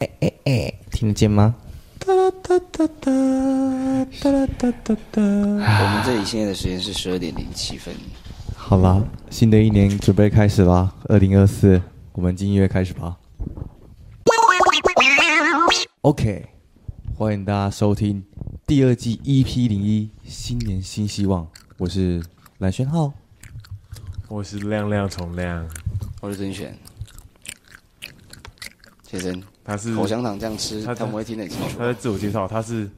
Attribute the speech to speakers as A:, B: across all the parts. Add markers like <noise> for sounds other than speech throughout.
A: 哎哎哎，听得见吗？哒哒哒哒哒哒哒哒哒。
B: 我们这里现在的时间是十二点零七分，
A: 好啦，新的一年准备开始啦，二零二四，我们进音乐开始吧。OK，欢迎大家收听第二季 EP 零一，新年新希望，我是蓝轩浩。
C: 我是亮亮从亮，
B: 我是甄选。先生，
C: 他是
B: 口香糖这样吃，
C: 嗯他
B: 他们会听得很清楚
C: 他，在自我介绍，他是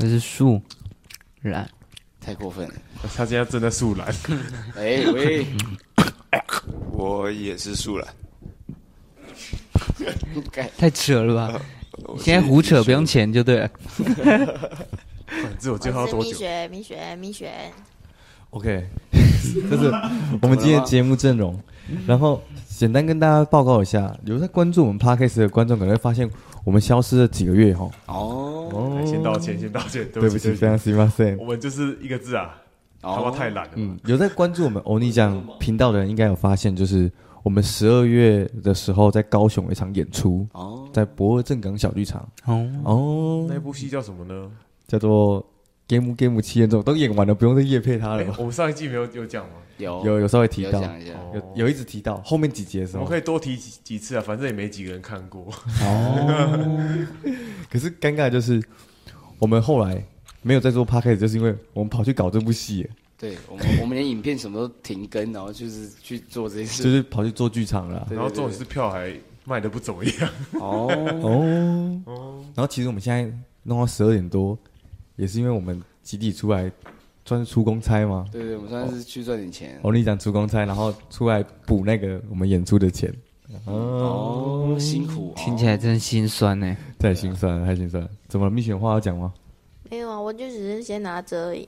D: 我是树啊懒，
B: 太过分了。
C: 他现在正在树懒，
B: 哎喂，
E: 我也是树
B: <laughs>
E: 懒，
B: 该
D: 太扯了吧！
A: 呃
E: 我是
D: 现在胡扯不用钱就对了。
C: 自我介绍
F: 我是
C: 多
F: 米
C: 久？
F: 雪，米雪，米雪，
A: OK，这 <laughs> 是我们今天的节目阵容。然后简单跟大家报告一下，有在关注我们 Podcast 的观众可能会发现，我们消失了几个月哈。
B: 哦
C: 哎先道歉，先道歉，对
A: 对
C: 不
A: 不
C: 起，
A: 起，
C: 对不
A: 非常
C: 起，
A: すみませ
C: 我
A: ん。
C: 们就是一个字啊，他妈太
B: 哦，
C: 懒了。
A: 嗯，有在关注我们欧尼酱频道的人应该有发现，就是我们十二月的时候在高雄有一场演出，
B: 哦，
A: 在博尔正港小剧场
D: 哦，
A: 哦，
C: 那一部戏叫什么呢？
A: 叫做《Game Game 七人众》，都演完了，不用再夜配它
C: 哎
A: 了吧。
C: 我们上一季没有有讲吗？
B: 有
A: 有有稍微提
B: 有
A: 到，
B: 讲一下，
C: 哦
A: 有有一直提到后面几集的时
C: 我
A: 候
C: 们，可以多提几几次啊，反正也没几个人看过。
A: 哦 <laughs> 可是尴尬的就是，我们后来没有再做 podcast，就是因为我们跑去搞这部戏，
B: 对我们我们连影片什么都停更，然后就是去做这件
A: 就
B: 事。
A: 是跑去做剧场了。
B: 对
C: 然后重点是票还卖的不怎么样，
B: 哦，
A: 哦，然后其实我们现在弄到十二点多，也是因为我们集体出来算是出公差嘛。哦
B: 对对，我们算是去赚点钱。
A: 我跟你讲出公差，然后出来补那个我们演出的钱，
B: 哦，辛苦，
D: 听起来真心酸呢。
A: 太心酸了，太心酸了。怎么了？蜜雪有话要讲吗？
F: 没有啊，我就只是先拿着而已。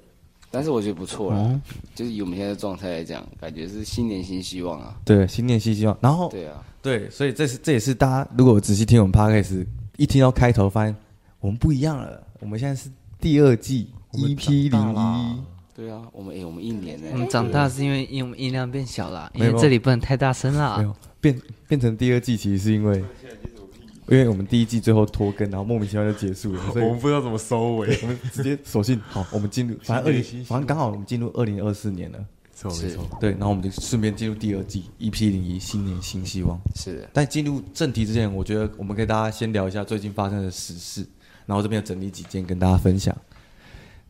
B: 但是我觉得不错了，
A: 哦
B: 就是以我们现在的状态来讲，感觉是新年新希望啊。
A: 对，新年新希望。然后
B: 对啊，
A: 对，所以这是这也是大家如果仔细听我们 podcast，一听到开头发现我们不一样了，我们现在是第二季 EP 零一，
B: 对啊，我们哎，我们一年
D: 我
A: 嗯
B: 呢
D: 们，长大是因为因为我们音量变小了，因
A: 没
D: 为
A: 有
D: 这里不能太大声
A: 没
D: 啦。
A: 有变变成第二季，其实是因为因为我们第一季最后拖更，然后莫名其妙就结束了，
C: 我
A: 所以
C: 们不知道怎么收尾。
A: 我们直接索性好，我们进入反正二
C: 新年
A: 零
C: 新希
A: 反
C: 望
A: 正刚好我们进入二零二四年了，
C: 错没错，
A: 对，然后我们就顺便进入第二季 EP 零一新年新希望。
B: 是的，
A: 但进入正题之前，我觉得我们可以大家先聊一下最近发生的时事，然后这边有整理几件跟大家分享。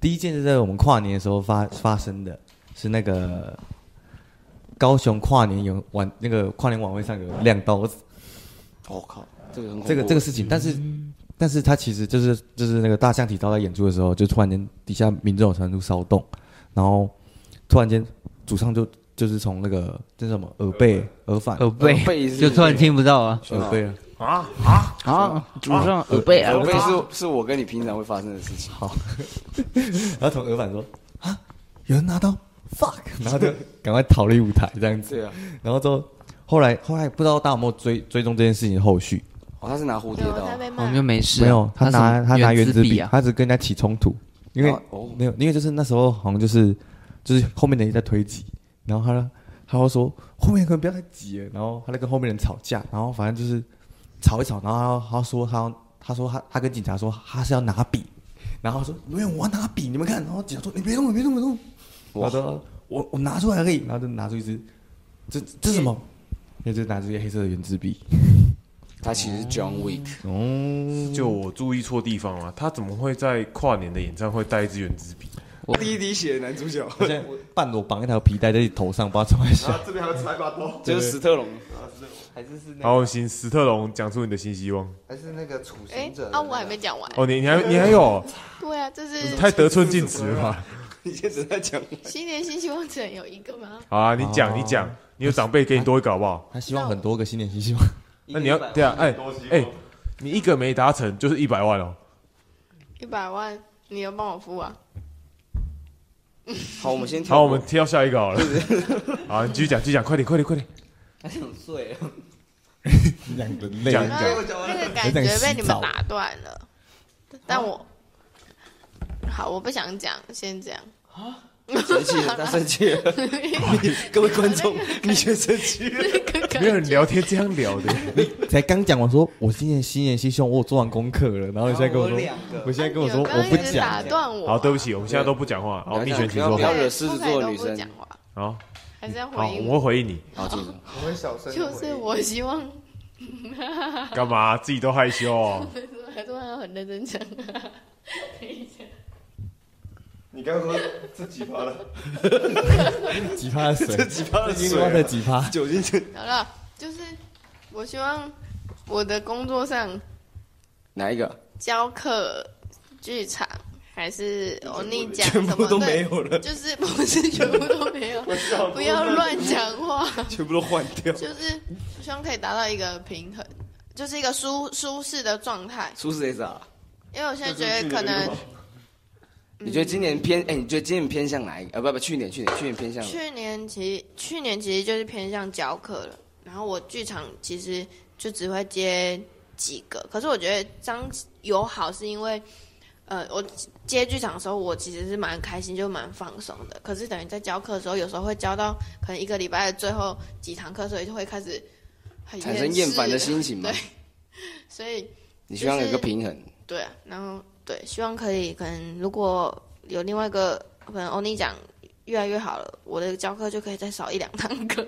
A: 第一件是在我们跨年的时候发发生的，是那个高雄跨年有晚那个跨年晚会上有亮刀子
B: 我靠，这个很恐怖
A: 这个这个事情，但是但是他其实就是就是那个大象体操在演出的时候，就突然间底下民众有传出骚动，然后突然间主唱就就是从那个这是什么耳背耳返
D: 耳背
B: 耳背是
D: 就突然听不到啊
A: 耳背啊。
D: 啊！主上
A: 呃
D: 耳背啊！
B: 我背哎是是我跟你平常会发生的事情。好，
A: 然后从耳返说啊，有人拿刀，fuck，然 <laughs> 后就赶快逃离舞台这样子。
B: 对啊，
A: 然后之后后来后来不知道大家有没有追追踪这件事情的后续？
B: 哦，他是拿蝴蝶
F: 有，
B: 刀
F: 他，被
D: 我们
F: 骂
D: 就。没事啊。
A: 没有，他拿
D: 什么
A: 他拿原
D: 子
A: 笔，
D: 啊。
A: 他只跟人家起冲突，因为、
B: 哦
A: 没有，因为就是那时候好像就是就是后面的人在推挤，然后他他会说后面可能不要太挤了，然后他在跟后面人吵架，然后反正就是吵一吵，然后他他说他要他说他他跟警察说他是要拿笔，然后他说没有我要拿笔，你们看，然后警察说你别动，你别动，别动，我说我我拿出来而已，然后就拿出一支这这是什么？那就拿出一支黑色的圆珠笔，
B: 他其实是 John Wick，
A: 哦，
C: 就我注意错地方了，他怎么会在跨年的演唱会带一支圆珠笔？
D: 我
B: 第一滴血的男主角，
A: 现在半裸绑一条皮带在头上，把它穿一下。
E: 这边还有裁把刀，
B: 就是史特龙。
E: 还是是那
C: 好，行，史特龙讲出你的新希望。
E: 还是那个处
F: 哎，啊，我还没讲完。
C: 哦，你你还你还有，
F: 对啊，这是
C: 太得寸进尺了吧？
B: <laughs> 你现在在讲
F: 新年新希望只能有一个吗？
C: 好啊，你讲你讲，你有长辈给你多一个好不好？
A: 他希望很多个新年新希望。
C: 那你要对啊，哎哎，你一个没达成就是一百万哦。
F: 一百万，你要帮我付啊？
B: 好，我们先跳
C: 好，我们跳到下一个好了。 <laughs> 好，你继续讲，继续讲，快点，快点，快点。
A: 两个人
C: 讲
F: 那那个感觉被你们打断了，但我好，我不想讲，先这样。
B: 生气 <laughs> 了，他生气了。你各位观众，你先生气了。
C: 没有人聊天这样聊的，
A: 才刚讲完说，我今年新年新希望，我有做完功课了，然后你现在跟我说，我现在跟我说
F: 啊
A: 我
F: 你有刚刚
A: 不
F: 一直打
A: 讲，
F: 断我，
C: 好，对不起，我们现在都不讲话。好，
B: 不
C: 蜜
B: 要
C: 璇
B: 讲
C: 请说
B: 不要
C: 话。
B: 惹狮子座的女
F: 不
B: 生
F: 敢讲话，
C: 好，
F: 还是要回
C: 好，
F: 应
C: 我会回应你。
B: 好，继续。
E: 我会小声回
F: 就
E: 应，
F: 是我希望， <laughs>
C: 干嘛？自己都害羞哦。
F: 还是要很认真讲。 <laughs> 等一下
E: 你刚刚说自己发了，
A: 几趴
F: <laughs>
A: 的水，
E: 几发
A: 已经忘了几趴，
E: <laughs> 酒精就
F: 好了，就是我希望我的工作上
B: 哪一个？
F: 教课、剧场还是欧尼讲什
E: 全
F: 么
E: 部都没有了
F: 对，就是不是全部都没
E: <laughs>
F: 有，不要乱讲话。
E: 全部都换掉。
F: 就是希望可以达到一个平衡，就是一个舒舒适的状态。
B: 出谁傻？
F: 因为我现在觉得可能嗯
B: 你觉得今年偏？哎，你觉得今年偏向哪一个？呃，不不，去年去年去年偏向
F: 去年其实去年其实就是偏向教课了，然后我剧场其实就只会接几个，可是我觉得张友好是因为，呃，我接剧场的时候我其实是蛮开心，就蛮放松的，可是等于在教课的时候，有时候会教到可能一个礼拜的最后几堂课，所以就会开始很
B: 产生厌烦的
F: 世了，
B: 心情吗
F: 对？所以
B: 你希望有一个平衡。
F: 对啊，然后对，希望可以，可能如果有另外一个，可能欧尼讲越来越好了，我的教课就可以再少一两堂
B: <laughs>
F: 课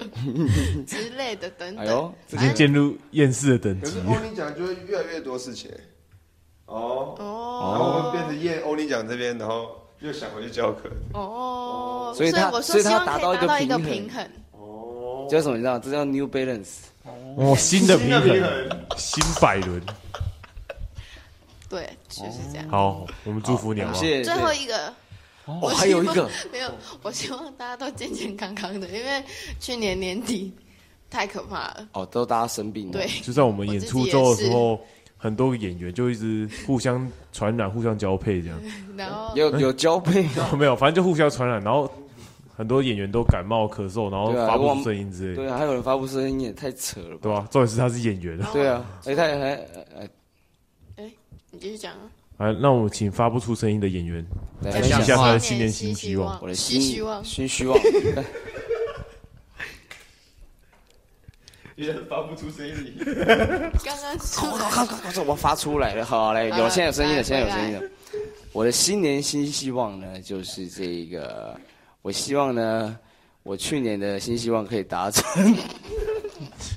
F: 之类的，等
B: 哎
F: 等。
B: 呦，
C: 已经进入厌世的等
E: 可
C: 级
E: 是。欧尼讲就会越来越多事情，哦，然后会
F: 哦
E: 变成验欧尼讲这边，然后又想回去教课。
F: 哦，
B: 所以他
F: 我
B: 所
F: 说
B: 以
F: 希
B: 他达
F: 望可
B: 到一
F: 以
B: 个
F: 到一个
B: 平衡
F: 平衡，
E: 哦，
B: 叫什么？你知道？这叫 New Balance。
C: 哦，新的平
E: 新的平
C: 衡
E: 衡，
C: 新百轮。
F: 对，就是这样。
C: 好，我们祝福你好不好？
B: 哦谢谢。
F: 最后一个
B: 哦，还有一个，
F: 没有，我希望大家都健健康康的，因为去年年底太可怕了。
B: 哦，都大家生病了。
F: 对，
C: 就在我们演出周的时候，很多演员就一直互相传染、互相交配这样。
F: 然后
B: 有有交配吗？
C: <laughs> 没有，反正就互相传染，然后很多演员都感冒、咳嗽，然后
B: 对啊
C: 发不出声音之类的，
B: 对啊，还有人发布声音，也太扯了吧？
C: 对吧、重点是他是演员啊。
B: 对啊，哎，他还呃
F: 你继续讲啊，
C: 来，那我们请发不出声音的
B: <laughs>
C: 演员
B: 来
C: 讲
B: 分
C: 一
B: 享
C: 下他的新
F: 新
C: 年
F: 年
C: 新
F: 新
C: 希
F: 希
C: 望
F: 望。
B: 我的
F: 新
B: 新
F: 希望
B: 新希望。
E: 有点发不出声音。
F: 刚刚
B: 我
F: 说
B: 靠，我发出来了，好来，
F: 好了
B: 有现在有声音
F: 来
B: 了，现在有声音
F: 回
B: 了。我的新年新希望呢，就是这个，我希望呢，我去年的新希望可以达成。
A: <laughs>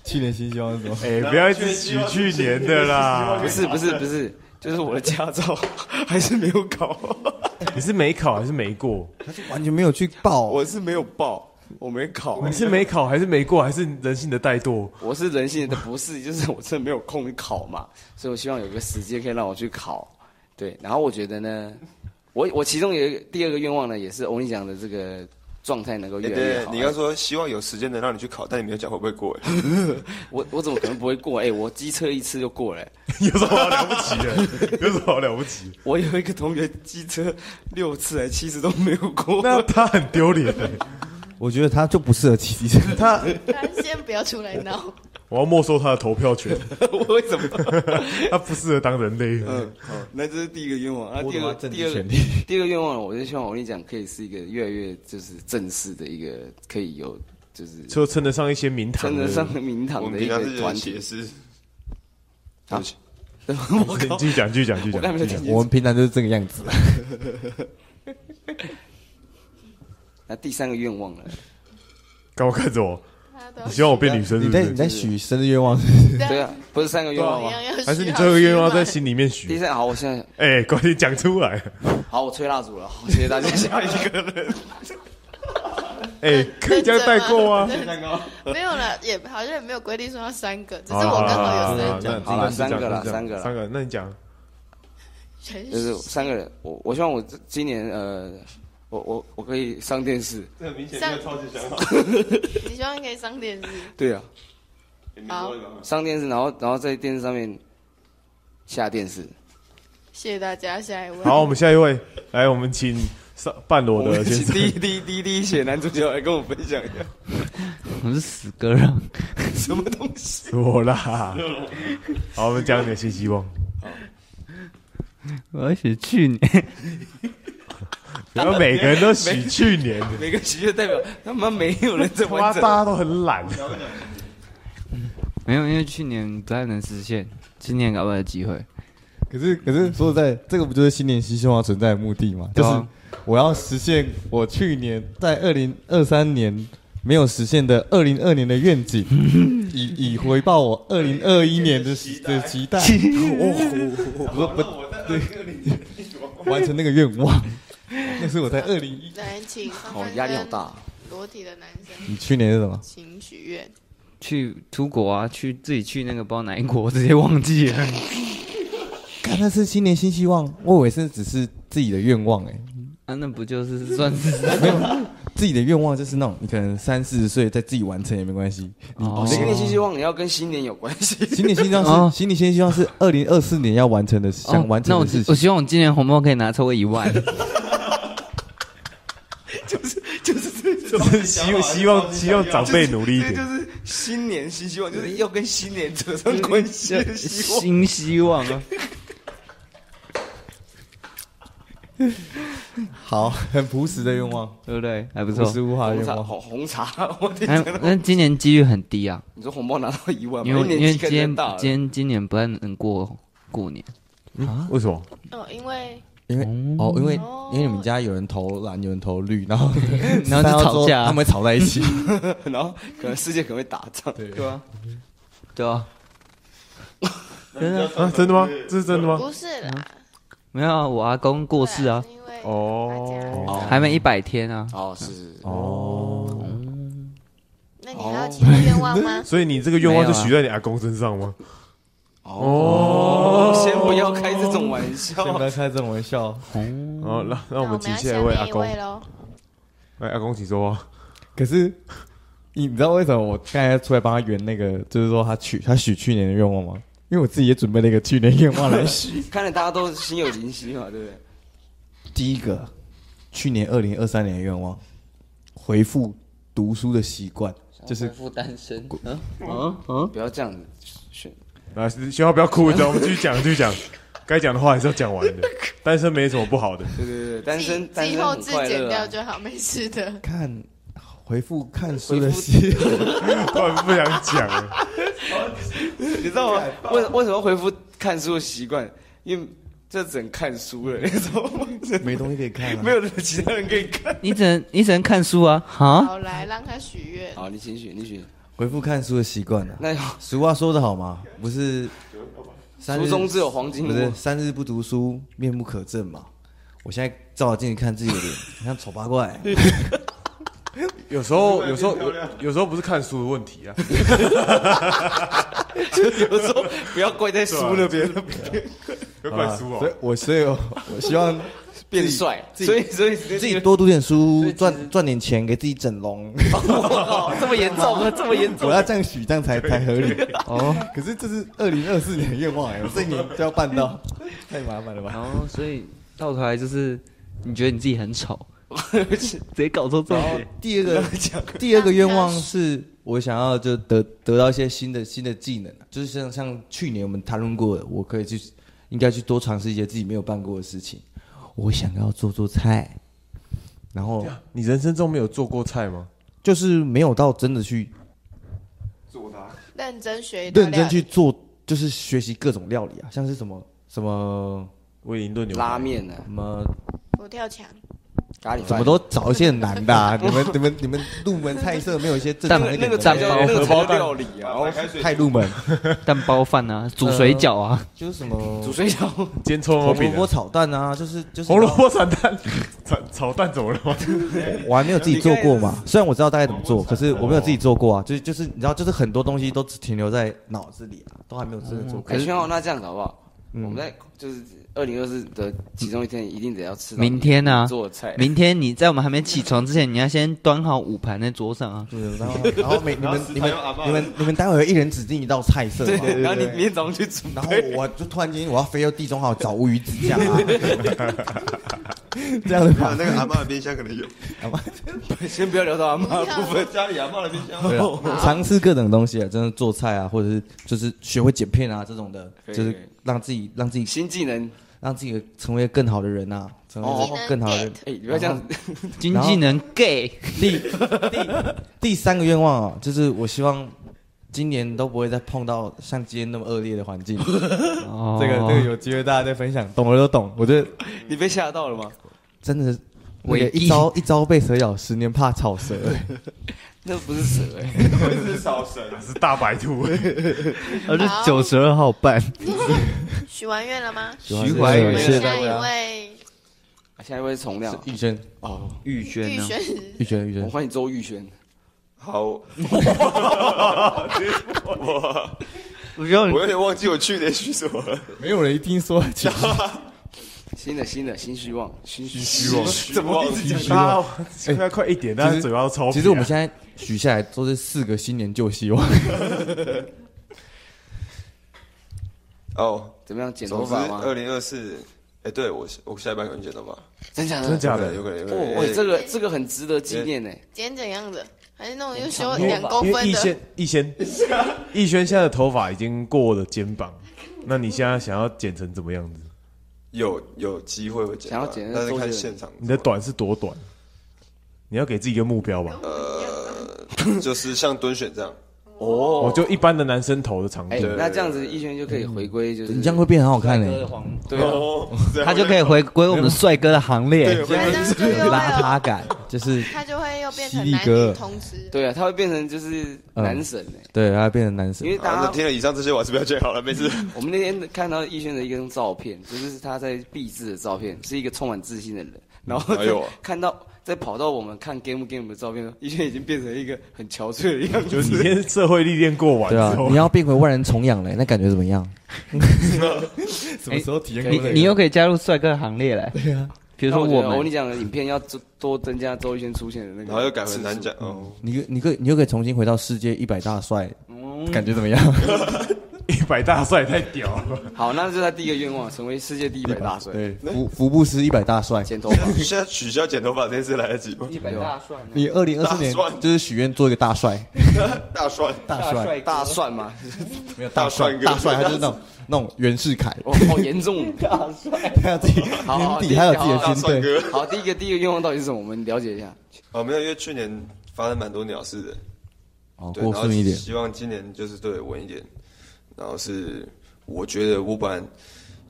A: 去年新希望是什么？
C: 哎、不要一直举去年的啦
B: 不，是不是不是，就是我的驾照还是没有考，
C: 你是没考还是没过？
A: 完全没有去报，
B: 我是没有报，我没考
C: 你。是没考还是没过，还是人性的怠惰？ <laughs>
B: 我是人性的，不是，就是我真的没有空考嘛，所以我希望有个时间可以让我去考。对，然后我觉得呢，我我其中有一个第二个愿望呢，也是欧尼讲的这个状态能够越来越
E: 对，
B: 好。哎
E: 你刚说希望有时间能让你去考，但你没有讲会不会过。哎
B: 我我怎么可能不会过？哎、我机车一次就过了、
C: 有什么好了不
B: <laughs>
C: 起的？有什么好了不起？
B: 我有一个同学机车六次还七次都没有过。
C: 那他很丢脸、欸
A: 我觉得他就不适合骑机车，
C: 他
F: 大家先不要出来闹，
C: 我要没收他的投票权，
B: <laughs> 我为什么？
C: 他不适合当人类。
B: 嗯，好，那这是第一个愿望。啊，
A: 我
B: 第
A: 怎
B: 二
A: 么
B: 个
A: 政
B: 第
A: 治
B: 二个
A: 权利？
B: 第二个愿望呢，我就希望我跟你讲，可以是一个越来越就是正式的一个，可以有就是
C: 就称得上一些名堂
B: 称
C: 的，
B: 得上名
E: 我
B: 堂
E: 们
B: 的一
E: 平常
B: 个
E: 是人
B: 团
E: 写
B: 体。
E: 诗，对
B: 啊
E: 不起，
B: 我
C: 你
B: 靠！
C: 继续讲，继续讲，继续
B: 我刚才
C: 讲
B: 没。有听
A: <laughs> 我
B: 清楚
A: 们。平常就是这个样子。
B: 那第三个愿望呢？
C: 干嘛看着我？
F: 大家都要
C: 你希望我变女生是
A: 你
C: 不
A: 在你
C: 是？
A: 在许生日愿望是不是？
B: 对啊，不是三个愿望吗？
C: 还是你最后一个愿望在心里面
B: 第
C: 许？
B: 三好，我现在
C: 哎，赶紧讲出来！
B: 好，我吹蜡烛了。好，谢谢大家。下一个人，
C: 哎，可以这样带过啊。
F: 没有了，也好像也没有规定说要三个，只是
C: 好了
F: 我
C: 好
F: 刚
C: 了
F: 好
C: 好
F: 有
C: 了
F: 三
C: 好了
F: 种
B: 好了三个了
C: 那
B: 三个了
C: 三个。那你讲，
F: 选
B: 就是三个人。我我希望我这今年呃，我我我可以上电视。
E: 这很明显
F: 像
E: 超级想好。
F: 你希望可以上电视，
B: 对啊，
E: 你没
F: 好
E: 说了吗
B: 上电视，然后然后在电视上面下电视。
F: 谢谢大家，下一位。
C: 好，我们下一位，来，我们请上半裸
B: 我
C: 的
B: 们
C: 先
B: 请
C: 生。
B: 第一第一第一第一写男主角来跟我分享一下
D: 我是死哥 <laughs> 让，
B: 什么东西。
C: 我啦。好，我们讲你的新希望。
D: 我要写去年，
C: 怎么每个人都洗去年的？
B: 每个喜剧代表他妈没有人在
C: 他妈
B: 完
C: 大
B: 整。
C: 家都很懒，
D: <laughs> 没有，因为去年不太能实现，今年搞不好有机会。
A: 可是可是说实在，这个不就是新年新希望存在的目的吗？就
D: 对啊
A: 是我要实现我去年在二零二三年没有实现的二零二年的愿景，以以回报我二零二一年的的期待。我说不对，完成那个愿望，那是我在二零一。
F: 来，请方
B: 哦
F: 珊，
B: 压力好
F: 跟
B: 大。
F: 裸体的男生，
A: 你去年是什么？
F: 请许愿。
D: 去出国啊，去自己去那个不知道哪一国，我直接忘记了。
A: 看那是新年新希望，我以为是只是自己的愿望哎、
D: 啊，那不就是算是
A: 自己的愿望就是那种你可能三四十岁再自己完成也没关系。你
D: 哦
B: 新年新希望你要跟新年有关
A: <laughs>
B: 系，
A: 新年新希望是、
D: 哦
A: 新年新希望是二零二四年要完成的想完
D: 那
A: 成
D: 我
A: 的事
D: 我
A: 情。
D: 希望我今年红包可以拿超过一万。
C: 就是希望希望希望长辈努力一
B: 这就
C: 点。
B: 是新年新希望，就是要跟新年扯上关系的希望。
D: 新希望啊！
A: 好，很朴实的愿望，
D: 对不对？还不
A: 朴
D: 错。
A: 实无华的
B: 红
A: 愿
B: 茶，
A: 望。
B: 红红
C: 哎
B: 茶，我天
D: 那
B: 真的，
D: 那今年几率很低啊，
B: 你说红包拿到一万吗，
D: 哎因为因
B: 啊年
D: 为
B: 纪
D: 今
B: 更加
D: 天
B: 大了
D: 今天今年不太能过过年，
C: 为什么？
D: 嗯
F: 哦，因为
A: 因为哦，因为因为你们家有人投蓝，有人投绿，然后
D: <laughs> 然后就吵架
A: 他们会吵在一
D: <laughs>
A: 起。
B: 然后可能世界可能会打仗。
A: 对啊，
D: 对啊，
C: 啊，真的吗？这是真的吗？
F: 不是啦，
D: 没有啊，我阿公过世嗯啊
F: 对，，是因为
C: 哦，
B: 哦
D: 还没一百天啊，
B: 哦，是是是
A: 哦，
F: 那你还有其他愿望吗？
C: 所以你这个愿望
D: 没有
C: 就
D: 啊
C: 许在你阿公身上吗？
B: 哦，先不要开这种玩笑
A: 先。不要开这种玩笑。
C: 哦，那 <laughs> 那
F: 那
C: 我们请
F: 要
C: 下
F: 下
C: 一位
F: 面
C: 阿
F: 一
C: 公，
F: 位喽。
C: 来阿公请说话。
A: 可是你知道为什么我刚才出来帮他圆那个，就是说他许他许去年的愿望吗？因为我自己也准备了一个去年愿望来许。
B: 看来大家都心有灵犀嘛，对不对？
A: <laughs> 第一个，去年二零二三年的愿望，回复读书的习惯，就是
D: 复单身，嗯
B: 不要这样子选。
C: 啊，希望不要哭，知道我们继续讲，继续讲。该讲的话还是要讲完的，单身没什么不好的。 <laughs>
B: 对对对，单身
F: 自
B: 单
F: 己
B: 身
F: 后
B: 很
F: 置
B: 快
F: 剪
B: 乐
F: 掉
B: 啊。
F: 就好，没事的。
A: 看回复看书的习 <laughs> 惯。
C: 突然不想讲了，
B: 你知道吗？为为什么回复看书的习惯？因为这只能看书了，你知道吗？
A: 没东西可以看、啊，
B: 没有其他人可以看。
D: 你只能你只能看书啊，哈，
F: 好，来让他许愿。
B: 好，你请选，你选。
A: 回复看书的习惯啊。
B: 那
A: 俗话说得好嘛，不是三
B: 书
A: 日
B: 中自有黄金
A: 不
B: 屋。
A: 是三日不读书，面目可憎嘛。我现在照着镜子看自己的脸， <laughs> 你看丑八
B: <laughs>
A: 怪、
C: 有时 <laughs> 候有时候有有时候不是看书的问题啊，
B: <laughs> 有时候不要怪在书那 <laughs> 边
C: 不要怪书
A: 好啦所以
C: 哦。
A: 我所以 <laughs> 我我希
B: <laughs>
A: 望
B: 变帅，
A: 自己
B: 所以所以自
A: 自己多读点书，赚赚点钱，给自己整
B: <laughs>
A: 容。
B: 这么严重啊，这么严重
A: 我。要这样许，这样才才合理。
D: 哦，
A: 可是这是二零二四年的愿望哎、我这一年就要办到，太麻烦了吧？
D: 然后所以到头来就是你觉得你自己很丑，直接搞错重点，
A: 第二个第二个愿望是我想要就得得到一些新的新的技能，啊就是像像去年我们谈论过的，我可以去应该去多尝试一些自己没有办过的事情。我想要做做菜，然后
C: 你人生中没有做过菜吗？
A: 就是没有到真的去
E: 做他
F: 认真学一道
A: 认
F: 料理，
A: 真去做，就是学习各种料理啊，像是什么什么
C: 威灵顿牛
B: <laughs>
C: 排
B: 拉面呢？
A: 什么，
F: 佛跳墙。
B: 咖喱饭
A: 怎么都找一些很难的、啊。你们你们你们入门菜色没有一些正
B: 那
A: 常
B: 个
A: 一
B: 那
A: 点
B: 个
A: 的
B: 才
A: 吗，
B: 叫那个才叫料理啊！
E: 打开水
A: 太入门，
D: 蛋包饭啊，煮水饺啊，
A: 就是什么
B: 煮水饺，
C: 煎葱油
A: 红萝
C: 饼啊
A: 卜，炒蛋啊，就是就是
C: 红萝卜炒蛋，炒炒蛋怎么了吗？
A: 我还没有自己做过
B: <laughs>
A: 嘛，虽然我知道大概怎么做，可是
B: 哦
A: 我没有自己做过啊。就是就是，你知道，就是很多东西都只停留在脑子里啊，都还没有真的做过。
B: <laughs> 哎，轩浩，那这样子好不好？我们在就是二零二四的其中一天，一定得要吃到
D: 明天啊
B: 你做的菜。
D: 明天你在我们还没起床之前，你要先端好五盘在桌上 <laughs> 啊，
A: 对，然后然
B: <laughs>
A: 后每你们
E: 然后食材
A: 你们
E: 又阿嬷
A: 你们你们待会儿一人指定一道菜色嘛，
B: 对，然后你明天早上去煮。
A: 然后我就突然间我要飞到地中海找乌鱼子酱啊， <laughs> 这样的
E: 啊
A: 吧？
E: 那个阿妈的冰箱可能有，
B: <laughs> 先不要聊到阿妈部分，
E: 家里阿妈的冰箱
A: 对啊，尝试各种东西啊，真的做菜啊，或者是就是学会剪片啊这种的，
B: 可以
A: 就是
B: 可以
A: 让自己让自己
B: 新技能
A: 让自己成为更好的人啊，想认识
F: 哦
A: 更好的人。
B: 哎、你不要这样，
D: 经济能 gay
A: 第第第三个愿望啊，就是我希望今年都不会再碰到像今天那么恶劣的环境。
D: 哦
A: <laughs> 这个这个有机会大家再分享，懂了都懂。我觉得
B: <laughs> 你被吓到了吗？
A: 真的是，我
D: 唯
A: 也
D: 一
A: 一朝一朝被蛇咬，十年怕草蛇。 <laughs>
B: 那不是蛇、哎
E: 是烧神，
C: 是大白兔，哦
D: 而是九十二号办，
F: 许完愿了吗？
D: 徐怀钰
F: 我们
A: 是
F: 下一位
B: 啊下一位是从亮
A: 玉轩，
B: 哦，
D: 玉轩
F: 玉
D: 呢？
F: 轩，
A: 玉轩，玉
B: 我
A: 轩，
B: 欢迎周玉轩。
E: 好，我
D: 我觉得你
E: 有点忘记我去年许什么 <laughs> 了。
A: 没有人一定说起
B: 新的新的新希望，新希
C: 虚妄，
E: 怎么一直
A: 虚
C: 啊
A: 妄。，
C: 快快一点，大家嘴巴要抽。啊
A: 其实我们现在许下来都是四个新年旧希
D: <laughs>
A: 望，
E: 哦，
B: 怎么样剪头
E: 总之
B: 发吗？
E: 二零二四，哎，对我我下一班可能剪头发，
B: 真假的？
C: 真的假
E: 有
C: 的
E: 可能，有可能，有可
B: 哦
E: 能。，
B: 喂，这个这个很值得纪念呢。
F: 今天怎样的？ <laughs> 还是那种又修
C: 因为
F: 两公
C: 哦因为
F: 分
C: 逸
F: 的
C: 轩？逸轩逸轩现在的头发已经过了肩膀，那你现在想要剪成怎么样子？
E: 有有机会会剪
B: 想
E: 到，
B: 要剪
E: 但是
B: 周杰
E: 看
B: 伦
E: 现场。
C: 你的短是多短？你要给自己一个目标吧，
E: 就是像蹲选
C: <laughs>
E: 这样，
C: 我
B: 哦，
C: 就一般的男生头的长度
B: 哎，，那这样子逸轩就可以回归，就是啊
A: 你这样会变很好看欸
D: 帅
A: 呢。
D: 哥的黄，
E: 对
C: 啊 <laughs>
E: 哦，这样
D: 他就可以回归我们帅哥的行列，
F: 反正就又
A: 邋
F: 会
A: 遢感就是
F: 他就会又变
A: 犀
F: 成
A: 利
F: 男
A: 哥
F: 女通吃。
B: 对啊，他会变成就是男神呢。
A: 对，他变成男神
B: 因。为
E: 好，
B: 大
E: 那
B: 家
E: 听了以上这些，我还是不要剪好了，没事。
B: <laughs> 我们那天看到逸轩的一张照片，就是他在壁纸的照片，是一个充满自信的人。然后
E: 哎呦
B: 看到在跑到我们看 Game Game 的照片，逸轩已经变成一个很憔悴的样
C: <laughs>
B: 子。
C: 就是你先社会历练过完
A: 对啊
C: 之，后
A: 你，要变回万人崇仰嘞，那感觉怎么样？什
D: 么时
A: 候体验
D: 你你又可以加入帅哥的行列嘞。对啊，比如说
B: 那我
D: 我
B: 觉得欧尼
D: 们，
B: 讲的影片要多多增加周逸轩出现的那个，
E: 然后又改回南讲，哦，
A: 你你可以你又可以重新回到世界一百大帅，
E: 嗯
A: 感觉怎么样？
C: <laughs> 一百大帅太屌了，
B: 好，那就是他第一个愿望，成为世界第一百大帅，
A: 对，福福布斯一百大帅。
B: 剪头发。
E: 现在取消剪头发这件事来得及吗？
D: 一百大帅，
A: 你二零二四年
E: 大帅
A: 就是许愿做一个大帅，
E: 大帅，
A: 大帅
B: 大蒜嘛，
A: 没有
E: 大帅哥
A: 大帅，他就是
E: <laughs>
A: 那种那种袁世凯，
B: 哦，好严
D: <laughs>
B: 重。
A: 他有自己
B: 好
A: 年
B: 好
A: 底还有自己
B: 好
A: 的
E: 大
A: 军队。
E: 帅哥。
B: 好，第一个第一个愿望到底是什么？我们了解一下。
E: 哦，没有，因为去年发生蛮多鸟事的，
A: 好，
E: 对，
A: 哦过
E: 然后
A: 分一点，
E: 希望今年就是对稳一点。然后是我觉得我本来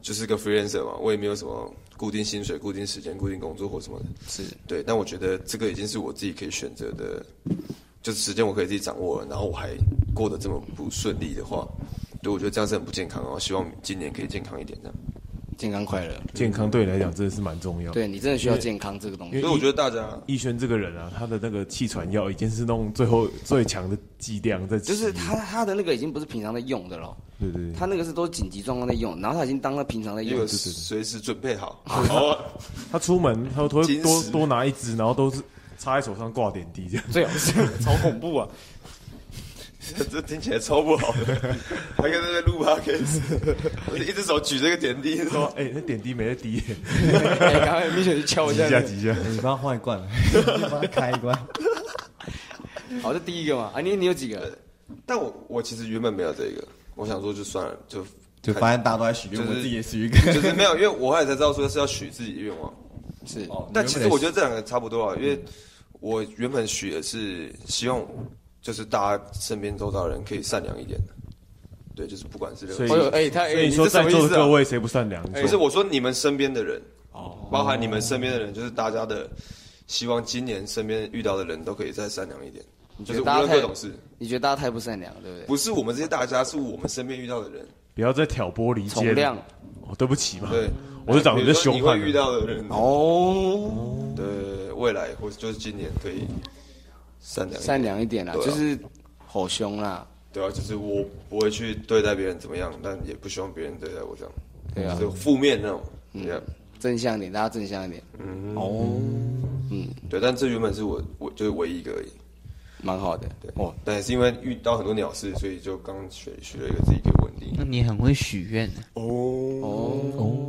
E: 就是个 freelancer 嘛，我也没有什么固定薪水、固定时间、固定工作或什么的。
B: 是
E: 对，但我觉得这个已经是我自己可以选择的，就是时间我可以自己掌握了，然后我还过得这么不顺利的话，对我觉得这样是很不健康哦。然后希望今年可以健康一点这样。
B: 健康快乐，
C: 健康对你来讲真的是蛮重要。
B: 对你真的需要健康这个东
C: 因
B: 西。
C: 为
E: 所以我觉得大家
C: 逸轩这个人啊，他的那个气喘药已经是弄最后最强的剂量在吃，
B: 就是他他的那个已经不是平常在用的了，
C: 对对对，
B: 他那个是都是紧急状况在用，然后他已经当了平常在
E: 也
B: 用
E: 有。随时准备好，哦，
C: 他出门他都会
E: 金
C: 多
E: 石
C: 多拿一支，然后都是插在手上挂点滴这样。
B: 最好是超恐怖啊！
E: <laughs> 这听起来超不 <laughs> 好的，还跟那边录 podcast，我一只手举这个点滴，
C: 说
E: 说
C: 哎、那点滴没得滴，挤
B: 哎赶快明显去敲一
C: 一
B: 下。
C: 下挤一下。
A: 你帮他换一罐， <laughs> 你帮他开一罐。
B: 好，这第一个嘛。啊，你你有几个？
E: 但我我其实原本没有这个，我想说就算了， <laughs> 就
A: 就发现大家都在许愿，
E: 就是
A: 我自己也许一个。 <laughs>
E: 就是没有，因为我后来才知道说是要许自己的愿望，
B: 是
E: 哦但其
A: 哦
E: 实我觉得这两个差不多啊，因为我原本许的是希望，就是大家身边周遭的人可以善良一点的，对，就是不管是任何
C: 所以
B: 哎
C: 哎
B: 呦，哎，他
C: 所
B: 哎，
C: 以
B: 你
C: 说
B: 这什
C: 在
B: 么意
C: 座的
B: 思
C: 各
B: 啊？
C: 位谁不善良？
E: 不是我说你们身边的人，包含你们身边的人，就是大家的希望，今年身边遇到的人都可以再善良一点，就是无
B: 大家
E: 论
B: 太
E: 各种事，
B: 你觉得大家太不善良了，对不对？
E: 不是我们这些大家，是我们身边遇到的人，
C: 不要再挑拨离
B: 从
C: 间。
B: 量
C: 哦，对不起嘛，
E: 对，
C: 我就长得
E: 比
C: 比较
E: 如说
C: 凶
E: 你
C: 悍
E: 会遇
C: 了。
E: 到的人，
B: 哦。
E: 对，未来或者就是今年可以善良一点
B: 善良一点啦，
E: 对啊
B: 就是吼凶啦，
E: 对啊，就是我不会去对待别人怎么样，但也不希望别人对待我这样，
B: 对啊
E: 就是负面那种，嗯，
B: 正向一点，大家正向一点，哦，嗯，
E: 对，但这原本是我我就是唯一一个而已，
B: 蛮好的，
E: 对，
B: 哦，
E: 但也是因为遇到很多鸟事，所以就刚学学了一个自己可以稳定
B: 嗯
D: 那，你很会许愿呢。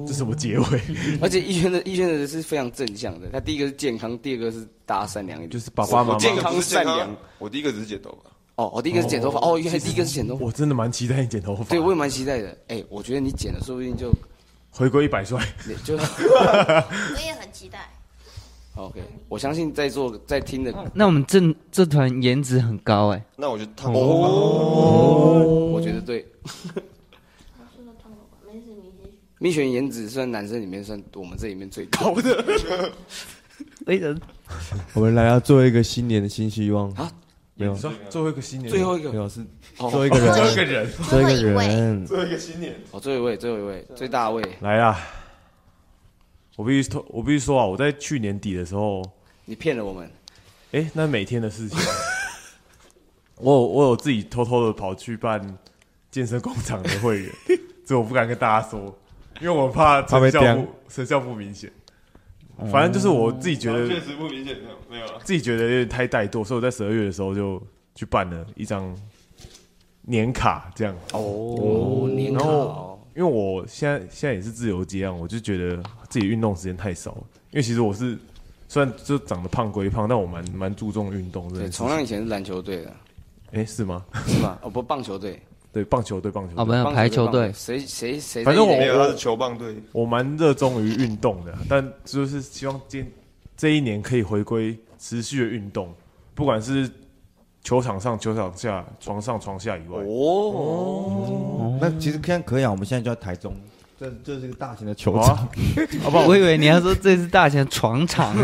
C: 这什么结尾？
B: 而且逸轩的逸轩的是非常正向的，他第一个是健康，第二个是大家善良一点，
C: 就是爸爸妈
E: 我
C: 妈
E: 第一。个
B: 健康
E: 不是健
B: 善良
E: 康，啊我第一个只是剪头发，
B: 哦，我第一个是剪头发，哦，原来第一个是剪头发，
C: 我真的蛮期待你剪头发。
B: 对我也蛮期待的，哎，我觉得你剪了，说不定就
C: 回归一百岁，
B: 你就 <laughs> 哦
F: 我也很期待。
B: OK。我相信在座在听的，
D: 那我们这这团颜值很高哎，
E: 那
C: 哦
E: 我就烫头发。
B: 我觉得对。蜜雪颜值算男生里面算我们这里面最高
C: <laughs>
B: 的
D: 为什么？
A: 我们来到最后一个新年的新希望
B: 啊，
A: 没有
C: 你，说最后一个新年，
B: 最后一个
A: 没有是最
B: 哦
A: 后一 <laughs> 个
C: 最后一
A: 人，
C: 个人
A: 最后一个
F: 最后一位
A: 人，
B: 哦，最后一位，最后一位，最大位，
C: 来啦！我必须说，我必须说啊，我在去年底的时候，
B: 你骗了我们。
C: 哎、那每天的事情， <laughs> 我有我有自己偷偷的跑去办健身工厂的
A: <laughs>
C: 会员，这我不敢跟大家说，因为我怕
A: 怕被
C: 成效
A: 刁哦
C: 不成效不明显。反正就是我自己觉得
E: 确实不明显，没有没有了。
C: 自己觉得有点太怠惰，所以我在十二月的时候就去办了一张年卡，这样。
B: 哦，年
C: 然
B: 卡
C: 后
B: 哦，
C: 因为我现在现在也是自由接案，我就觉得自己运动时间太少了。因为其实我是虽然就长得胖归胖，但我蛮蛮注重运动这
B: 对，
C: 件事
B: 崇
C: 情。
B: 亮以前是篮球
C: <laughs>
B: 队的，
C: 哎、是吗？
B: 是吧？哦，不，棒球队，
C: 对，棒球对棒球
D: 哦，没
C: 队，
D: 有
B: 棒
D: 排球队
B: 棒，谁谁谁在
C: 反正我
B: 一垒
E: 没有，他是球棒队，
C: 我蛮热衷于运动的，啊但就是希望今这一年可以回归持续的运动，不管是球场上、球场下、床上、床下以外。
B: 哦，
A: 那其实看可以啊，我们现在就在台中，这这是一个大型的球
C: 好
A: 场，
C: 啊，
D: 我以为你要说这是大型的床场，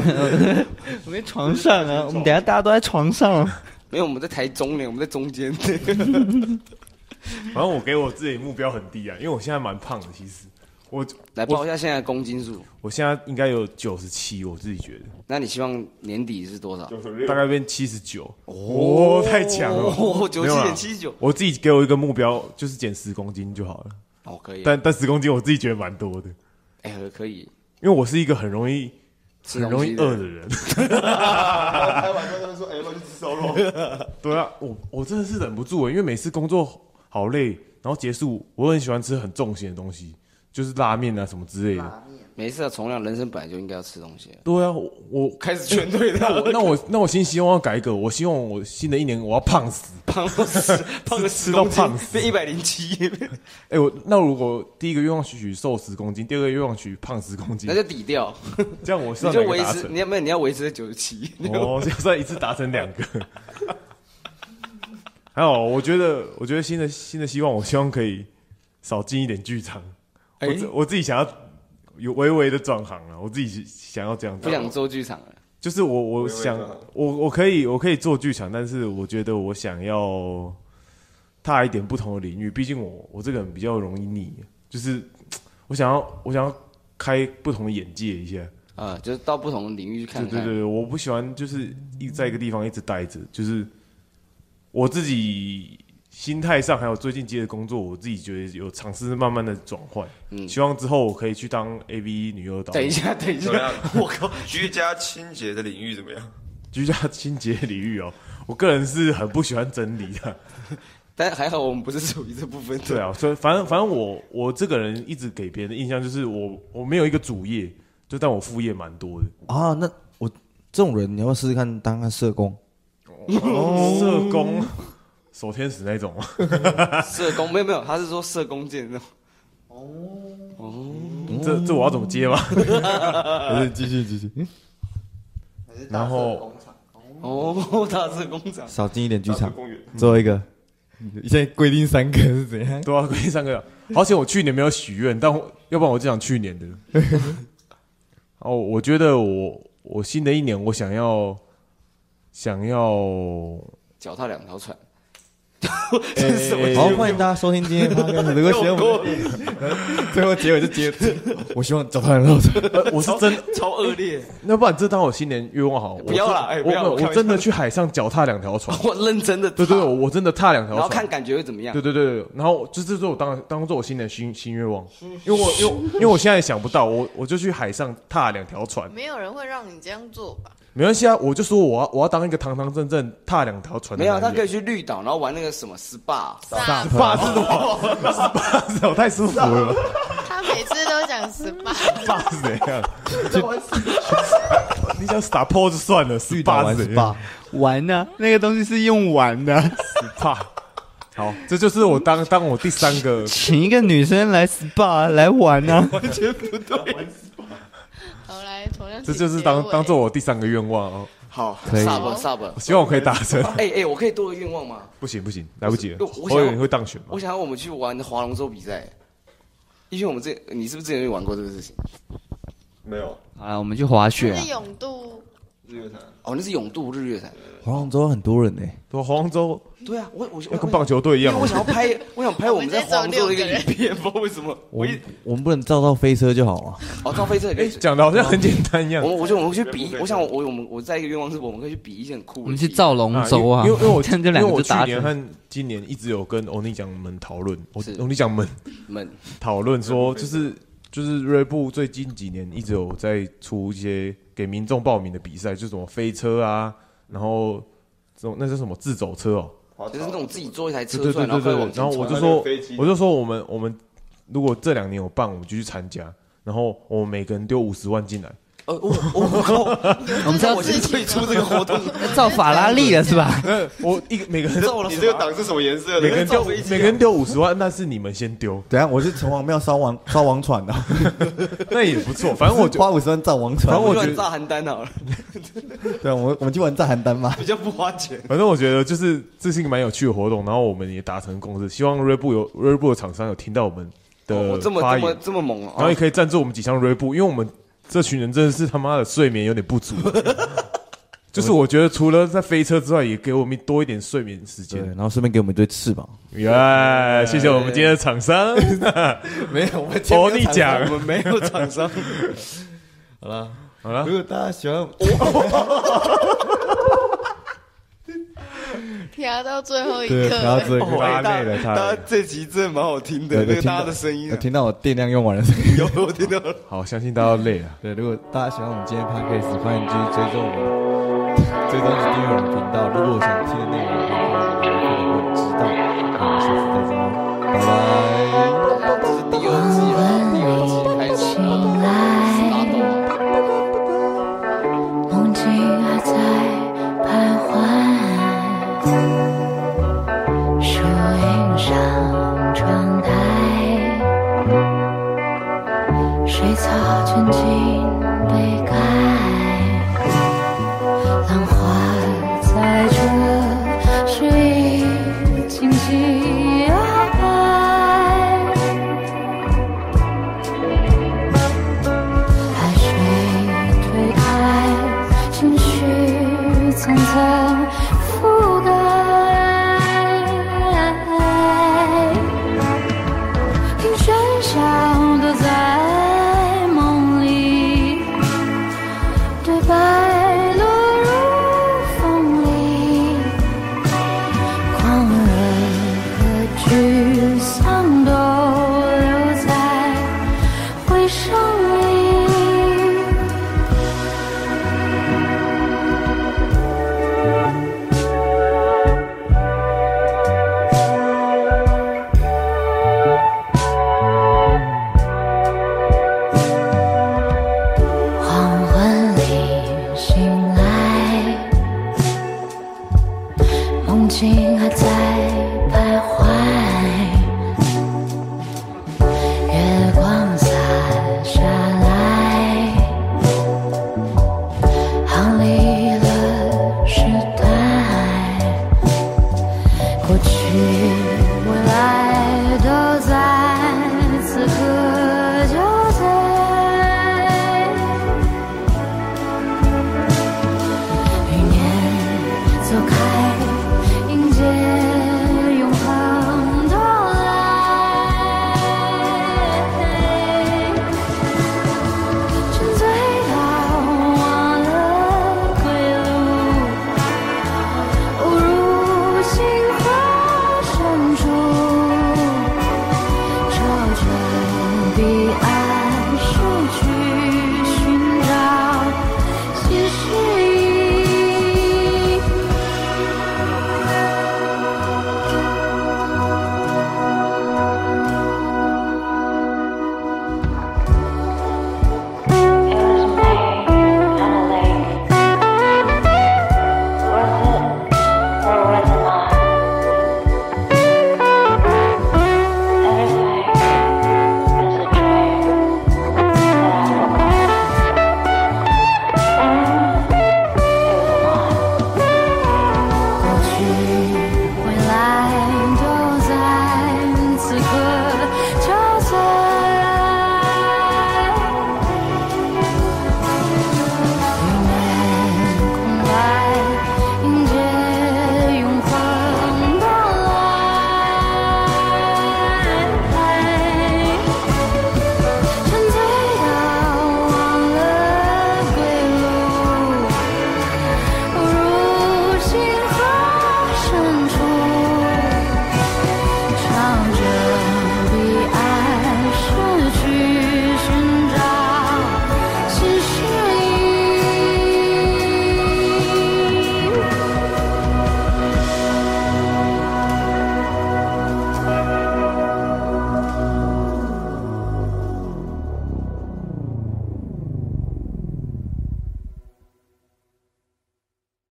D: <laughs> 我们床上 <laughs> 啊，我们等一下大家都在床上，啊
B: 没有，我们在台中呢，我们在中间。 <laughs>
C: 反正我给我自己目标很低啊，因为我现在蛮胖的，其实我
B: 来报一下现在的公斤数，
C: 我现在应该有九十七，我自己觉得
B: 那你希望年底是多少？
C: 大概变七十九。哦，太强了！
B: 哦，九七
C: 没有啦
B: 点七九，
C: 我自己给我一个目标，就是减十公斤就好了。
B: 哦，可以，
C: 但但十公斤我自己觉得蛮多的，
B: 哎，可以，
C: 因为我是一个很容易
B: 吃
C: 很容易
B: 东西
C: 饿
B: 的
C: 的人。
E: 开玩笑他们说：“哎，我去吃烧肉。
C: 对啊，我我真的是忍不住欸，因为每次工作好累，然后结束，我很喜欢吃很重咸的东西，就是拉面啊什么之类的。
B: 没事啊，从良人生本来就应该要吃东西了。
C: 对啊，我我
B: 开始全队
C: 那我
B: 的，
C: 那我那我新希望要改革，我希望我新的一年我要胖死。
B: <laughs> 胖到
C: <laughs>
B: 死，胖个
C: <laughs> 吃
B: 十
C: 到
B: 公斤
C: 胖
B: <laughs>
C: 死
B: 变一百零七，
C: 哎、我那如果第一个愿望许瘦十公斤，第二个愿望许胖十公斤
B: 那，就抵掉，
C: <laughs> 这样我
B: 你
C: 算
B: 就
C: 哪啊个
B: 维
C: 达
B: 持，
C: 成？
B: 你要没有，你要维持在九十七。
E: <laughs>
C: 哦，就算一次达成两个。 <laughs> 还有，我觉得我觉得新的新的希望，我希望可以少进一点剧场。
E: 哎
C: 我自我自己想要有微微的转行啊了，我自己想要这样
B: 不
C: 做，
B: 想做剧场了，
C: 就是我我
E: 微微
C: 想
E: 转行
C: 我我可以我可以做剧场，但是我觉得我想要踏一点不同的领域，毕竟我我这个人比较容易腻，啊就是我想要我想要开不同的眼界一下。
B: 啊，就是到不同的领域去看
C: 对对
B: 看。
C: 对，我不喜欢就是一在一个地方一直待着，就是我自己心态上，还有最近接的工作，我自己觉得有尝试慢慢的转换。
B: 嗯
C: 希望之后我可以去当 A V 女优导
B: <laughs> 等一
C: 演，
B: 下，等一”
C: 啊
E: 怎么
B: 下，
E: 样？我靠，居家清洁的领域怎么样？
C: 居家清洁领域哦。我个人是很不喜欢整理
B: <laughs>
C: 的，
B: <laughs> 但还好我们不是属于这部分的。
C: 对啊，所以反正反正我我这个人一直给别人的印象就是我我没有一个主业，就但我副业蛮多的。
A: 啊，那我这种人，你要不要试试看当个社工？
B: 哦
C: 社工、守天使那种，
B: <laughs>
C: 啊
B: 社工没有没有，他是说社工界的那种。
C: 这这我要怎么 <laughs> 接吗？哎
A: 还是继续继续，
C: 嗯然后
B: 哦，他是工厂，
A: 少进一点剧 <laughs> 场。
E: 公园
A: 最后一个，你现在规定三个是怎样？
C: 对啊，可以上个。好险我去年没有许愿，但我要不然我就想去年的。 <laughs> 哦，我觉得我我新的一年我想要
B: <laughs>
C: 想要，
B: 脚踏两条船。
C: 哎
A: <laughs> 好，欢迎大家收听今天的 podcast。如果喜欢我 <laughs> 们的，最后结尾就接。我希望找到人漏水。
C: 呃、我是
B: <laughs>
C: 真，
B: 超恶劣，
C: 要不然这当我新年愿望好。
B: 不要啦哎
C: 我
B: 不
C: 真
B: 要
C: 我
B: 我
C: 我
B: 开玩笑
C: 真的去海上脚踏两条船。
B: 我认真的。
C: 对对，我我真的踏两条
B: 然
C: 船。
B: 后看感觉会怎么样
C: 对？对对，对然后就这是我当当做我新的新新愿望，因为我因为我因为我现在想不到，我我就去海上踏两条船，
F: 没有人会让你这样做吧？
C: 没关系啊，我就说我要我要当一个堂堂正正踏两条船的
B: 没有，啊
C: 男
B: 他
C: 人
B: 可以去绿岛，然后玩那个什么 SPA。
F: 他
C: <laughs> 爸是我，爸是我太舒服了
B: <laughs>
C: 吧，
F: 他每次都讲十八，
C: 爸是怎样？
B: <laughs>
C: 就你想打破就算了，是
A: 打
C: 爸
A: 完是
C: 是
D: 啊
C: 怎样？
A: 吧？
D: 玩呢、那个东西是用玩的，
C: 是爸好，这就是我当当我第三个
D: 请一个女生来 SPA 来玩啊，
F: 好来，同样
C: 这就是当当做
F: 我
C: 我第三个愿望哦，
B: 好
A: 可以
B: ，sub sub，
C: 希望我可以达成。
B: 哎哎，我可以多个愿望吗？
C: 不行不行，来不及了
B: 我，我
C: 我
B: 想要
C: 有点会当选嘛
B: 我。想要我们去玩划龙舟比赛，因为我们这你是不是之前有玩过这个事情？
E: 没有，
D: 好了，我们去滑雪啊
F: 是。永度，
E: 日月潭
B: 哦，那是永渡日月潭。
A: 黄龙舟很多人呢、
C: 对，黄州
B: 对啊，我我
C: 要跟棒球队一
B: 因为
C: 样
B: 我
C: 哦，
B: 想要拍，我想拍我们在划龙舟的一个
F: 我们
B: 影
F: 今
B: 片，不知道为什么。
A: 我们我们不能照到飞车就好啊。
B: 哦，张飞这里可以去。
C: 哎讲的好像很简单一样
B: 我。们我就我们去比，我想我我我们我在一个愿望是我们可以去比一些很酷的
D: 我们去造龙舟啊，
C: 因为因为因为我
D: <laughs> 这样就两
C: 因为
D: 个
C: 我
D: 就
C: 去
D: 达
C: 年
D: 成。
C: 和今年一直有跟欧尼讲们讨论，我
B: 是
C: 欧尼讲们
B: 们。
C: 讨论说，就是就是锐步最近几年一直有在出一些给民众报名的比赛，就是什么飞车啊，然后这种那是什么自走车哦，
E: 滑
B: 就是那种自己坐一台车
C: 对对
B: 出来，
C: 对
B: 然后
C: 对
B: 快
C: 对
B: 往，前
C: 然后我
B: 冲
C: 就
E: 那
C: 说
E: 个飞机
C: 我就说我们我们如果这两年有办，我们就去参加，然后我们每个人丢五十万进来，
B: 呃，我我我靠，
F: 我
D: 们知道
B: 我先退
F: 啊
B: 出这个活 <laughs> 动，
D: 造法拉利了是吧？
C: 呃，我一个每个人
B: 造了
E: 你
B: 什
E: 这个
B: 么？
E: 档是什么颜色
C: 每
E: 的？
C: 个人
E: 跟
C: 丢
E: 造飞机
C: 每个人丢五十万，那是你们先丢，
A: 等一啊下我是城隍庙烧王 <laughs> 烧王船的、啊，
C: 那也不错，反正我觉得
A: 花五十万造王船
C: 反正我
B: 就
C: 觉得
B: 玩炸邯郸好啊了，
A: <laughs> 对啊，我们我们去玩炸邯郸嘛。
B: 比较不花钱。
C: 反正我觉得就是这是一个蛮有趣的活动，然后我们也达成共识，希望锐步有锐步的厂商有听到我们
B: <laughs> 哦我
C: 的
B: 这么
C: 呃发
B: 这
C: 言，
B: 么这么猛
C: 然后
B: 哦
C: 也！可以赞助我们几箱锐步，因为我们这群人真的是他妈的睡眠有点不足。 <laughs> 就是我觉得除了在飞车之外，也给我们多一点睡眠时
A: 对，
C: 间。
A: 然后顺便给我们一对翅膀。
C: 耶、谢谢我们今天的厂商。
A: 没有，我们
C: 哦，你讲
B: 我们没有厂商，
A: 好了。
C: 好了
A: 如，果大家喜欢，
F: <laughs> 调到最后一
A: 对，然后
F: 刻，
A: 这个
C: 哇累了
B: 大
C: 他
B: 家这集真的蛮好听的，那个大家的声音
A: 有
B: 啊，
A: 听到我电量用完的 <laughs> 声音。
B: 有我听到了。
C: 好，相信大家累了。
A: 对，如果大家喜欢我们今天的 podcast，欢迎继续追踪我们，追踪是订阅我们频道。如果有想听的内容，也可以在我们的知道。那我们下次再见喽，拜拜。
B: 这是第二季了，第二季开始了，打斗啊。
G: 梦境还在徘徊，树荫上窗台，水草卷进杯盖，浪花在这水静静摇摆。海水推开，心绪层层覆盖。听喧嚣都在梦里，对白落入风里，狂热和沮丧都留在。回声里，黄昏里醒来，梦境还在徘徊。月光洒下来，航离了时代，过去未来都在此刻就在。余年走开，迎接永恒到来。沉醉到忘了归路，误入心花深处，朝着彼岸。